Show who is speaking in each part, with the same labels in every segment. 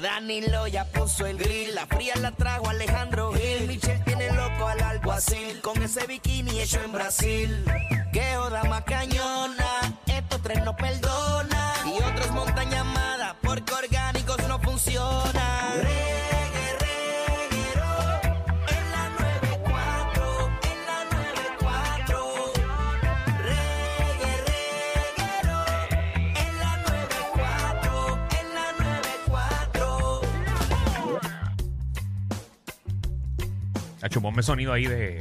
Speaker 1: Danilo ya puso el grill. La fría la trajo Alejandro Gil. Michelle tiene loco al alguacil. Con ese bikini hecho en Brasil. Que joda más cañona. Estos tres no perdona. Y otros montaña amada. Porque orgánicos no funcionan. Reggae, reguero. En la 94. En la 94. Reggae, reguero. En la 94. En la 94.
Speaker 2: Hacho, ponme sonido ahí de.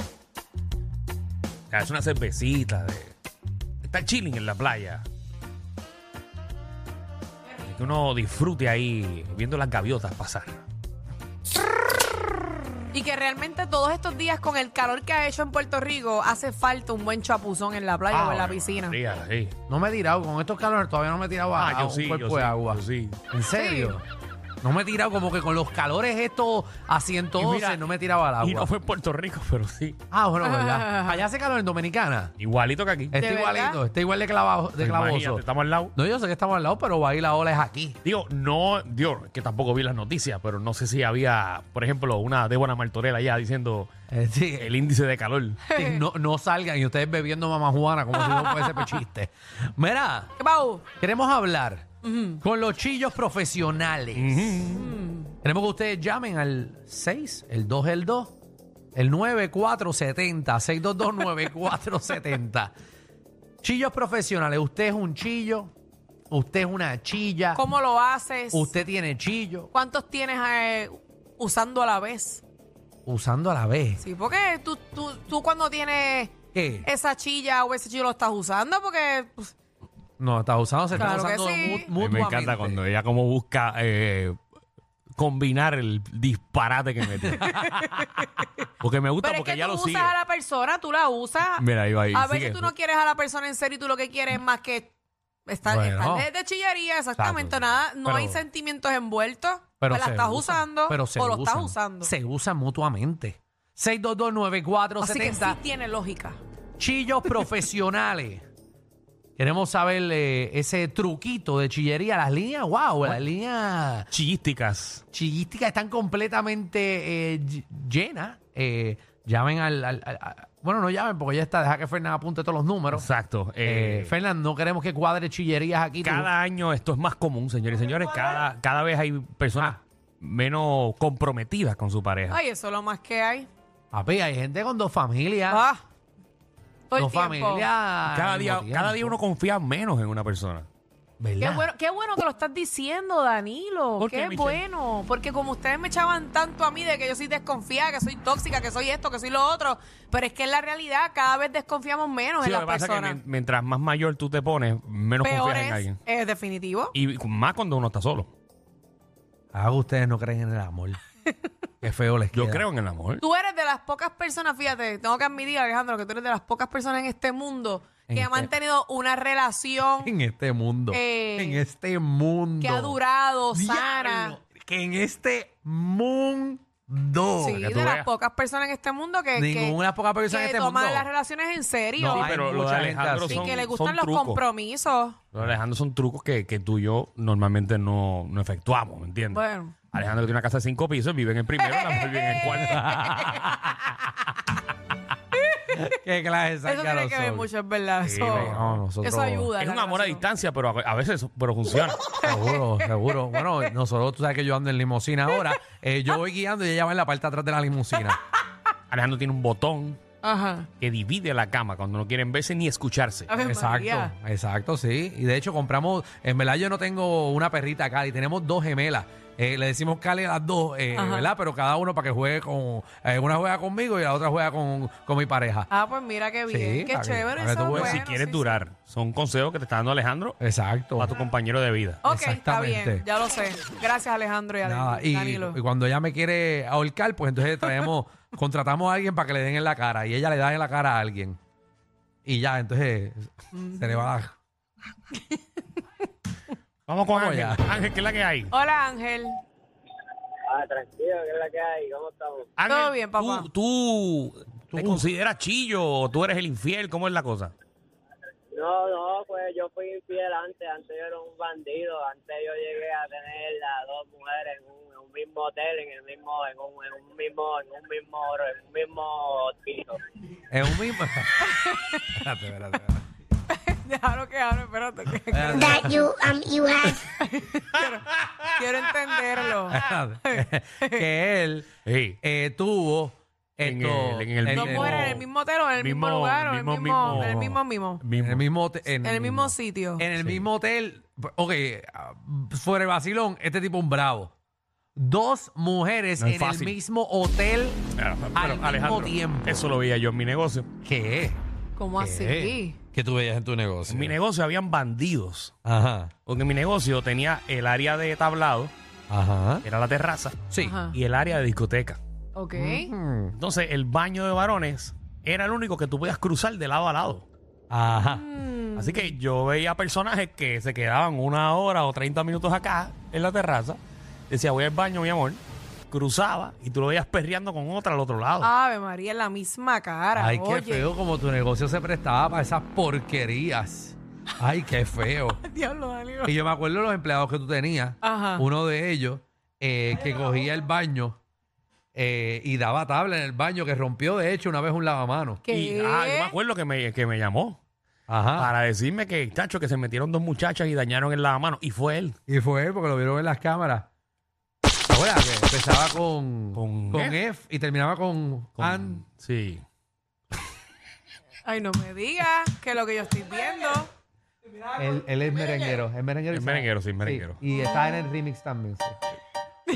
Speaker 2: Es una cervecita, de. Está chilling en la playa. Y Que uno disfrute ahí viendo las gaviotas pasar.
Speaker 3: Y que realmente todos estos días con el calor que ha hecho en Puerto Rico hace falta un buen chapuzón en la playa o en la
Speaker 2: Ave
Speaker 3: piscina.
Speaker 2: María, Ah, sí.
Speaker 4: No me he tirado, con estos calores todavía no me he tirado a,
Speaker 2: Ah,
Speaker 4: a
Speaker 2: yo
Speaker 4: un
Speaker 2: sí,
Speaker 4: cuerpo
Speaker 2: yo
Speaker 4: de
Speaker 2: sí,
Speaker 4: agua.
Speaker 2: yo sí.
Speaker 4: ¿En serio? No me he tirado como que con los calores estos a 112,
Speaker 2: Y mira,
Speaker 4: no me he tirado al agua.
Speaker 2: Y no fue en Puerto Rico, pero sí.
Speaker 4: Ah, bueno, ¿verdad? Allá hace calor en Dominicana.
Speaker 2: Igualito que aquí. Pues
Speaker 4: Está
Speaker 3: verdad?
Speaker 4: igualito, está igual de, clavado, de
Speaker 2: Imagínate,
Speaker 4: clavoso.
Speaker 2: Estamos al lado.
Speaker 4: No, yo sé que estamos al lado, pero ahí la ola es aquí.
Speaker 2: Digo, no, Dios, que tampoco vi las noticias, pero no sé si había, por ejemplo, una Débora Martorella ya diciendo
Speaker 4: Eh, sí,
Speaker 2: el índice de calor.
Speaker 4: sí, no, no salgan y ustedes bebiendo mamajuana como si no fuese pechiste. Mira,
Speaker 3: ¿Qué pau?
Speaker 4: Queremos hablar con los chillos profesionales. Queremos que ustedes llamen al 6, el 2, el 2, el 9470, 6229470. chillos profesionales, usted es un chillo, usted es una chilla,
Speaker 3: ¿Cómo lo haces?
Speaker 4: usted tiene chillo,
Speaker 3: ¿Cuántos tienes eh, usando a la vez?
Speaker 4: usando a la vez.
Speaker 3: Sí, porque tú, tú, tú cuando tienes
Speaker 4: ¿Qué?
Speaker 3: esa chilla o ese chillo lo estás usando porque pues,
Speaker 4: No, estás usando, se
Speaker 3: Claro
Speaker 4: está
Speaker 3: que
Speaker 4: usando
Speaker 3: sí. A mí
Speaker 4: mu-
Speaker 2: A mí
Speaker 4: mutuamente.
Speaker 2: me encanta cuando ella como busca eh, combinar el disparate que metió. porque me gusta
Speaker 3: pero es
Speaker 2: porque
Speaker 3: que
Speaker 2: ella
Speaker 3: tú
Speaker 2: lo
Speaker 3: usas
Speaker 2: sigue.
Speaker 3: a la persona, tú la usas.
Speaker 2: Mira, ahí va ahí.
Speaker 3: a veces
Speaker 2: sigue.
Speaker 3: tú no quieres a la persona en serio y tú lo que quieres es más que estar,
Speaker 4: Bueno.
Speaker 3: estar de- de chillería, exactamente.
Speaker 2: Exacto.
Speaker 3: nada, no
Speaker 4: Pero-
Speaker 3: hay sentimientos envueltos.
Speaker 4: Pero
Speaker 3: Pero la
Speaker 4: se
Speaker 3: estás
Speaker 4: usan,
Speaker 3: usando
Speaker 4: pero se
Speaker 3: o lo estás
Speaker 4: usan,
Speaker 3: usando.
Speaker 4: Se usan mutuamente. 6229470.
Speaker 3: Así que sí tiene lógica.
Speaker 4: chillos profesionales. Queremos saber eh, ese truquito de chillería. Las líneas, wow, las líneas
Speaker 2: Chillísticas.
Speaker 4: chillísticas están completamente eh, ll- llenas. Eh, llamen al, al- al- a- Bueno, no llamen porque ya está. Deja que Fernán apunte todos los números.
Speaker 2: Exacto.
Speaker 4: Eh,
Speaker 2: Eh,
Speaker 4: Fernán, no queremos que cuadre chillerías aquí. tú.
Speaker 2: cada año esto es más común, señores y señores. Cada, cada vez hay personas menos comprometidas con su pareja.
Speaker 3: Ah. Ay, eso es lo más que hay.
Speaker 4: Papi, hay gente con dos familias.
Speaker 3: Ah, todo el
Speaker 4: dos
Speaker 3: tiempo.
Speaker 4: familias.
Speaker 2: cada,
Speaker 4: al
Speaker 2: día,
Speaker 4: mismo
Speaker 2: cada día
Speaker 4: tiempo.
Speaker 2: uno confía menos en una persona.
Speaker 3: Qué
Speaker 4: ¿Verdad?
Speaker 3: bueno, qué bueno que lo estás diciendo, Danilo.
Speaker 2: ¿Por qué,
Speaker 3: qué
Speaker 2: Michelle?
Speaker 3: bueno. Porque como ustedes me echaban tanto a mí de que yo soy desconfiada, que soy tóxica, que soy esto, que soy lo otro. Pero es que en la realidad cada vez desconfiamos menos
Speaker 2: Sí,
Speaker 3: en
Speaker 2: lo que pasa
Speaker 3: las
Speaker 2: es que
Speaker 3: personas.
Speaker 2: men- mientras más mayor tú te pones, menos
Speaker 3: Peor
Speaker 2: confías en
Speaker 3: es,
Speaker 2: alguien.
Speaker 3: eh, definitivo.
Speaker 2: Y más cuando uno está solo.
Speaker 4: Ah, ustedes no creen en el amor. Qué feo les
Speaker 2: Yo
Speaker 4: queda.
Speaker 2: creo en el amor.
Speaker 3: Tú eres de las pocas personas, fíjate, tengo que admitir, Alejandro, que tú eres de las pocas personas en este mundo
Speaker 4: En
Speaker 3: que ha
Speaker 4: este-
Speaker 3: mantenido una relación
Speaker 4: En este mundo.
Speaker 3: Eh,
Speaker 4: en este mundo.
Speaker 3: que ha durado,
Speaker 4: Diablo,
Speaker 3: sana.
Speaker 4: Que en este mundo.
Speaker 3: Sí,
Speaker 2: que tú
Speaker 3: de las
Speaker 2: veas.
Speaker 3: pocas personas en este mundo que, que,
Speaker 4: Ninguna poca persona en
Speaker 3: que
Speaker 4: este
Speaker 3: toman
Speaker 4: mundo.
Speaker 3: las relaciones en serio
Speaker 4: No,
Speaker 2: Sí,
Speaker 4: hay
Speaker 2: pero lo
Speaker 4: mucha
Speaker 2: de
Speaker 4: gente
Speaker 2: Alejandro
Speaker 4: así.
Speaker 3: y
Speaker 2: son,
Speaker 3: que le
Speaker 2: son
Speaker 3: gustan los
Speaker 2: trucos.
Speaker 3: compromisos.
Speaker 2: Lo de Alejandro son trucos que, que tú y yo normalmente no, no efectuamos, ¿me entiendes?
Speaker 3: Bueno.
Speaker 2: Alejandro tiene una casa de cinco pisos, vive en el primero, la mujer vive en el cuarto.
Speaker 4: Qué clase de
Speaker 3: Eso tiene
Speaker 4: zánganos
Speaker 3: que ver
Speaker 4: son.
Speaker 3: mucho, es verdad.
Speaker 2: Sí,
Speaker 3: Eso,
Speaker 4: no, nosotros-
Speaker 3: eso ayuda.
Speaker 2: es
Speaker 3: la
Speaker 2: un amor a
Speaker 3: relación.
Speaker 2: distancia, pero a, a veces pero funciona.
Speaker 4: Seguro, seguro. Bueno, nosotros, tú sabes que yo ando en limusina ahora. Eh, yo voy guiando y ella va en la parte de atrás de la limusina.
Speaker 2: Alejandro tiene un botón
Speaker 3: Ajá.
Speaker 2: que divide la cama cuando no quieren verse ni escucharse.
Speaker 3: A ver,
Speaker 4: Exacto,
Speaker 3: María.
Speaker 4: exacto, sí. Y de hecho compramos, en verdad yo no tengo una perrita acá y tenemos dos gemelas. Eh, le decimos Cali a las dos, eh,
Speaker 3: Ajá.
Speaker 4: ¿verdad? Pero cada uno para que juegue con, eh, una juega conmigo y la otra juega con, con mi pareja.
Speaker 3: Ah, pues mira qué bien,
Speaker 4: Sí,
Speaker 3: qué
Speaker 4: para que-
Speaker 3: chévere.
Speaker 4: para que
Speaker 3: eso
Speaker 4: tú
Speaker 3: es
Speaker 4: veas.
Speaker 3: bueno,
Speaker 2: si quieres
Speaker 3: sí,
Speaker 2: durar, son consejos que te está dando Alejandro
Speaker 4: Exacto.
Speaker 2: a tu compañero de vida.
Speaker 3: sí. Ok, está
Speaker 4: Exactamente.
Speaker 3: bien, ya lo sé. Gracias, Alejandro y, Ale-
Speaker 4: Nada, y,
Speaker 3: Danilo.
Speaker 4: y cuando ella me quiere ahorcar, pues entonces traemos, contratamos a alguien para que le den en la cara y ella le da en la cara a alguien. Y ya, entonces se le va a...
Speaker 2: Vamos con
Speaker 4: Vamos
Speaker 2: Ángel.
Speaker 4: allá.
Speaker 2: Ángel, ¿qué es la que hay?
Speaker 3: Hola, Ángel.
Speaker 5: Ah, tranquilo, que es la que hay, ¿cómo estamos?
Speaker 2: Ángel,
Speaker 3: Todo bien, papá.
Speaker 2: ¿Tú, tú, te consideras chillo o tú eres el infiel? ¿Cómo es la cosa?
Speaker 5: No, no, pues yo fui infiel antes, antes yo era un bandido, antes yo llegué a tener a dos mujeres en un, en un un mismo hotel, en el mismo, en un, en un mismo, en un mismo, en un mismo piso.
Speaker 4: Es un mismo. espérate, espérate, espérate.
Speaker 3: Déjalo que hable, espérate. que-
Speaker 6: that you um you have
Speaker 3: quiero entenderlo.
Speaker 4: que él
Speaker 2: Sí.
Speaker 4: eh, tuvo
Speaker 2: En
Speaker 4: esto,
Speaker 2: el- en el
Speaker 3: No
Speaker 2: mismo-
Speaker 3: fuera en el mismo hotel o en el mismo,
Speaker 2: mismo-
Speaker 3: lugar o en el
Speaker 2: mismo-
Speaker 3: mismo,
Speaker 2: mismo-
Speaker 3: en el mismo mimo.
Speaker 4: en el mismo hotel- en
Speaker 3: En
Speaker 4: el
Speaker 3: el
Speaker 4: mismo-
Speaker 3: mismo sitio.
Speaker 4: Mm. en el mismo hotel. Ok, ah, fuera de vacilón, este tipo es un bravo. Dos mujeres
Speaker 2: No es
Speaker 4: en
Speaker 2: fácil.
Speaker 4: el mismo hotel
Speaker 2: Ah, pero,
Speaker 4: al mismo
Speaker 2: Alejandro,
Speaker 4: tiempo.
Speaker 2: Eso lo veía yo en mi negocio.
Speaker 4: ¿Qué?
Speaker 3: ¿Cómo así?
Speaker 4: ¿Qué? ¿Qué tú veías en tu negocio?
Speaker 2: En mi negocio habían bandidos.
Speaker 4: Ajá,
Speaker 2: Porque en mi negocio tenía el área de tablado,
Speaker 4: ajá.
Speaker 2: que era la terraza,
Speaker 4: Sí.
Speaker 3: Ajá.
Speaker 2: y el área de discoteca.
Speaker 3: Ok.
Speaker 4: Mm,
Speaker 2: Entonces, el baño de varones era el único que tú podías cruzar de lado a lado.
Speaker 4: Ajá.
Speaker 3: Mm.
Speaker 2: Así que yo veía personajes que se quedaban una hora o 30 minutos acá en la terraza. Decía, voy al baño, mi amor. Cruzaba y tú lo veías perreando con otra al otro lado.
Speaker 3: Ave María, la misma cara.
Speaker 4: Ay, qué
Speaker 3: Oye,
Speaker 4: feo como tu negocio se prestaba para esas porquerías. Ay, qué feo.
Speaker 3: Diablo, Danilo.
Speaker 4: Y yo me acuerdo de los empleados que tú tenías,
Speaker 3: Ajá.
Speaker 4: uno de ellos, eh, que cogía el baño eh, y daba tabla en el baño, que rompió de hecho una vez un lavamanos.
Speaker 3: ¿Qué?
Speaker 2: Y, ah, yo me acuerdo que me, que me llamó
Speaker 3: Ah.
Speaker 4: Ajá.
Speaker 2: para decirme que, chacho, que se metieron dos muchachas y dañaron el mano. Y fue él.
Speaker 4: Y fue él, porque lo vieron en las cámaras. Ahora, que empezaba con,
Speaker 2: Con
Speaker 4: F. y terminaba con,
Speaker 2: Con-
Speaker 4: An.
Speaker 2: Sí.
Speaker 3: Ay, no me digas que lo que yo estoy viendo.
Speaker 4: Él, él es merenguero. Es merenguero. y
Speaker 2: Es
Speaker 4: sabe.
Speaker 2: merenguero, sí, es merenguero.
Speaker 4: Sí, y está en el remix también. sí.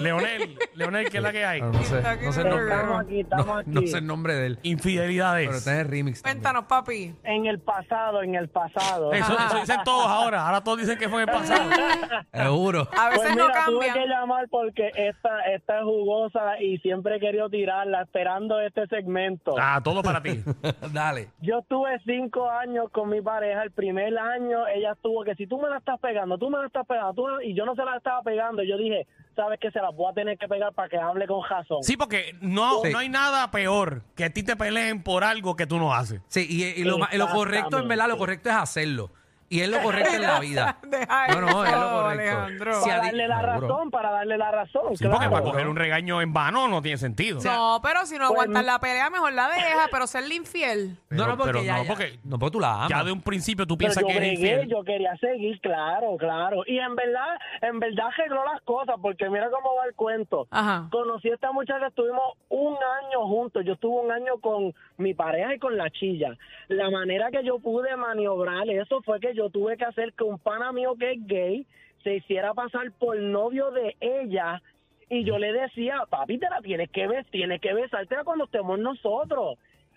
Speaker 2: Leonel, Leonel, ¿qué es la que hay?
Speaker 4: Pero no sé,
Speaker 3: Está que
Speaker 4: no sé el
Speaker 3: me
Speaker 4: nombre.
Speaker 3: veo.
Speaker 5: Estamos aquí, estamos
Speaker 4: no-
Speaker 5: aquí.
Speaker 4: no sé el nombre de él. Pero
Speaker 2: Infidelidades.
Speaker 4: está en el remix. también.
Speaker 3: Cuéntanos, papi.
Speaker 5: En el pasado, en el pasado.
Speaker 2: Eso, eso dicen todos ahora. Ahora todos dicen que fue en el pasado.
Speaker 4: Seguro.
Speaker 3: A veces
Speaker 5: Pues
Speaker 3: no
Speaker 5: mira, tuve que
Speaker 3: cambian.
Speaker 5: llamar porque esta, esta es jugosa y siempre he querido tirarla esperando este segmento.
Speaker 2: Ah, todo para ti.
Speaker 4: Dale.
Speaker 5: Yo estuve cinco años con mi pareja. El primer año ella estuvo que si tú me la estás pegando, tú me la estás pegando, tú me la- y yo no se la estaba pegando. Yo dije, sabes que se las voy a tener que pegar para que hable con razón.
Speaker 2: Sí, porque no,
Speaker 4: Sí.
Speaker 2: no hay nada peor que a ti te peleen por algo que tú no haces.
Speaker 4: Sí, y, y lo, ma- y lo correcto, en verdad, lo correcto es hacerlo. Y es lo correcto en la vida.
Speaker 3: Deja
Speaker 4: No, no, es lo
Speaker 3: eso,
Speaker 4: correcto.
Speaker 3: Alejandro.
Speaker 4: Sí,
Speaker 5: Para
Speaker 4: adi-
Speaker 5: darle la
Speaker 4: seguro.
Speaker 5: razón, para darle la razón.
Speaker 2: Sí, porque
Speaker 5: claro.
Speaker 2: para coger un regaño en vano no tiene sentido.
Speaker 3: No, pero si no
Speaker 5: Pues,
Speaker 3: aguantas la pelea, mejor la deja, pero serle infiel.
Speaker 2: Pero-
Speaker 4: no, no, porque,
Speaker 2: pero
Speaker 4: ya-
Speaker 2: no,
Speaker 4: ya-
Speaker 2: porque-
Speaker 4: no, porque tú la amas.
Speaker 2: ya de un principio tú
Speaker 5: Pero
Speaker 2: piensas
Speaker 5: yo
Speaker 2: que eres
Speaker 5: bregué,
Speaker 2: infiel.
Speaker 5: yo quería seguir, claro, claro. Y en verdad, en verdad arregló las cosas, porque mira cómo va el cuento.
Speaker 3: Ajá.
Speaker 5: Conocí a esta muchacha, estuvimos un año juntos. Yo estuve un año con mi pareja y con la chilla. La manera que yo pude maniobrar eso fue que yo tuve que hacer que un pana mío que es gay se hiciera pasar por novio de ella. Y yo le decía, papi, te la tienes que besar, tienes que besártela cuando estemos nosotros.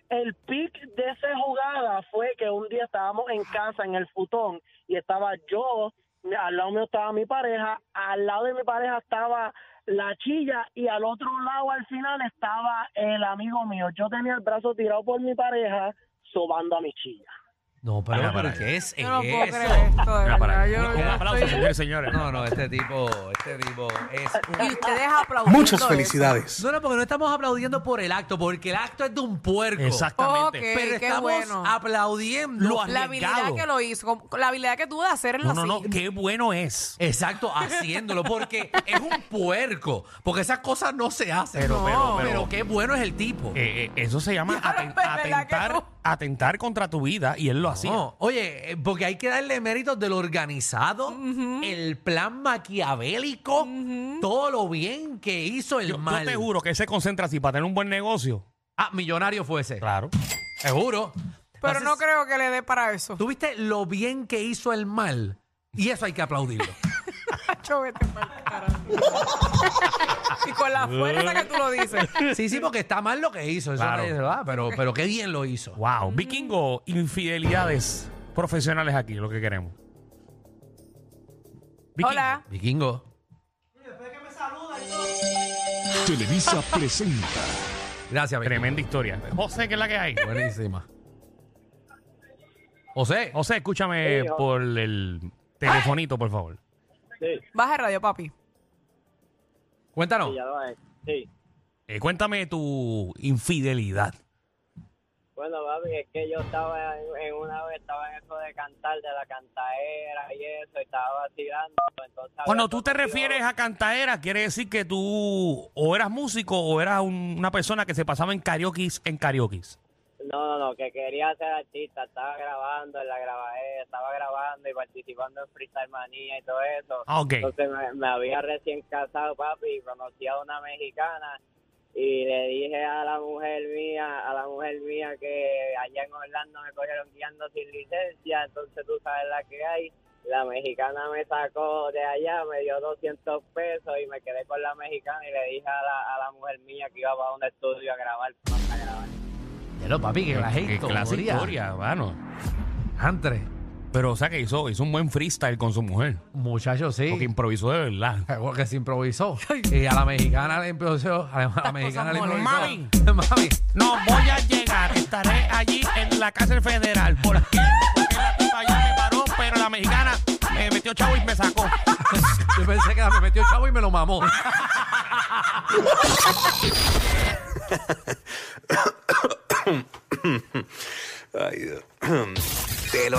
Speaker 5: El pic de esa jugada fue que un día estábamos en casa, en el futón, y estaba yo, al lado mío estaba mi pareja, al lado de mi pareja estaba la chilla y al otro lado al final estaba el amigo mío. Yo tenía el brazo tirado por mi pareja, sobando a mi chilla.
Speaker 4: No, pero,
Speaker 2: Mira para
Speaker 4: ¿pero ¿qué es
Speaker 3: Yo no puedo
Speaker 4: eso?
Speaker 3: creer esto, de
Speaker 2: Mira, para
Speaker 3: verdad.
Speaker 2: ahí.
Speaker 3: Yo,
Speaker 2: un, un
Speaker 3: yo
Speaker 2: aplauso,
Speaker 3: estoy-
Speaker 2: señores y señores.
Speaker 4: No, no, este tipo, este tipo es... un-
Speaker 3: Y ustedes aplaudiendo
Speaker 7: Muchas
Speaker 3: eso.
Speaker 7: felicidades.
Speaker 4: No, no, porque no estamos aplaudiendo por el acto, porque el acto es de un puerco.
Speaker 3: Ok,
Speaker 2: Exactamente.
Speaker 4: Pero
Speaker 3: qué
Speaker 4: estamos
Speaker 3: bueno.
Speaker 4: aplaudiendo.
Speaker 2: Lo
Speaker 3: La habilidad
Speaker 2: arriesgado.
Speaker 3: que lo hizo, como- la habilidad que tuvo de hacerlo
Speaker 2: No, no,
Speaker 3: así.
Speaker 2: no, qué bueno es.
Speaker 4: Exacto, haciéndolo, porque es un puerco. Porque esas cosas no se hacen.
Speaker 2: Pero,
Speaker 4: No.
Speaker 2: pero, pero-
Speaker 4: Pero qué bueno es el tipo.
Speaker 2: Eh, eh, eso se llama
Speaker 3: Ya, pues,
Speaker 2: aten-
Speaker 3: ¿verdad que
Speaker 2: atentar,
Speaker 3: no?
Speaker 2: atentar contra tu vida y él lo hacía.
Speaker 4: No, oye, eh, porque hay que darle méritos del organizado, el plan maquiavélico, todo lo bien que hizo el
Speaker 2: Yo, yo
Speaker 4: mal.
Speaker 2: te juro que él se concentra así para tener un buen negocio.
Speaker 4: Ah, millonario fuese.
Speaker 2: Claro.
Speaker 4: Te juro.
Speaker 3: Pero
Speaker 4: Entonces,
Speaker 3: no creo que le dé para eso.
Speaker 4: ¿Tú viste lo bien que hizo el mal? Y eso hay que aplaudirlo.
Speaker 3: Nacho, vete pa'l carajo. y con la fuerza que tú lo dices.
Speaker 4: sí, sí, porque está mal lo que hizo. Eso
Speaker 2: Claro.
Speaker 4: nadie se lo da, pero, pero qué bien lo hizo.
Speaker 2: Wow. Vikingo, infidelidades profesionales aquí, lo que queremos. Vikingo.
Speaker 3: Hola.
Speaker 4: Vikingo.
Speaker 7: Televisa presenta.
Speaker 4: Gracias, Vikingo.
Speaker 2: Tremenda historia. José, ¿qué es la que hay?
Speaker 4: Buenísima. José.
Speaker 2: José, escúchame
Speaker 5: Sí, yo-
Speaker 2: por el telefonito, por favor.
Speaker 5: Sí,
Speaker 3: Baja el radio, papi.
Speaker 4: Cuéntanos.
Speaker 5: ya lo es. Sí.
Speaker 2: Eh, cuéntame tu infidelidad.
Speaker 8: Bueno, papi, es que yo estaba en, en una vez, estaba en eso de cantar, de la cantaera y eso, y estaba vacilando. pues, Entonces, había
Speaker 2: Cuando tú te
Speaker 8: conocido-
Speaker 2: refieres a cantaera, quiere decir que tú o eras músico o eras un- una persona que se pasaba en karaoke en karaoke.
Speaker 8: No, no, no, que quería ser artista, estaba grabando en la grabadera, estaba grabando y participando en Freestyle Manía y todo eso.
Speaker 2: Ah, ok.
Speaker 8: Entonces me, me había recién casado, papi, y conocí a una mexicana y le dije a la mujer mía, a la mujer mía que allá en Orlando me cogieron guiando sin licencia, entonces tú sabes la que hay. La mexicana me sacó de allá, me dio 200 pesos y me quedé con la mexicana y le dije a la, a la mujer mía que iba para un estudio a grabar, a grabar.
Speaker 4: Ya lo papi, que la
Speaker 2: Qué
Speaker 4: gente.
Speaker 2: clase de historia, mano.
Speaker 4: Antre.
Speaker 2: Pero o sea que hizo, hizo un buen freestyle con su mujer.
Speaker 4: Muchacho, sí.
Speaker 2: Porque improvisó de verdad.
Speaker 4: Algo que se improvisó. Y a la mexicana le improvisó. A la, a la mexicana le improvisó.
Speaker 2: molan.
Speaker 4: Mami.
Speaker 2: No voy a llegar, estaré allí en la cárcel federal. ¿Por qué? Porque la tipa ya me paró, pero la mexicana me metió chavo y me sacó.
Speaker 4: Yo pensé que me metió chavo y me lo mamó.
Speaker 9: Ay, Dios. Te lo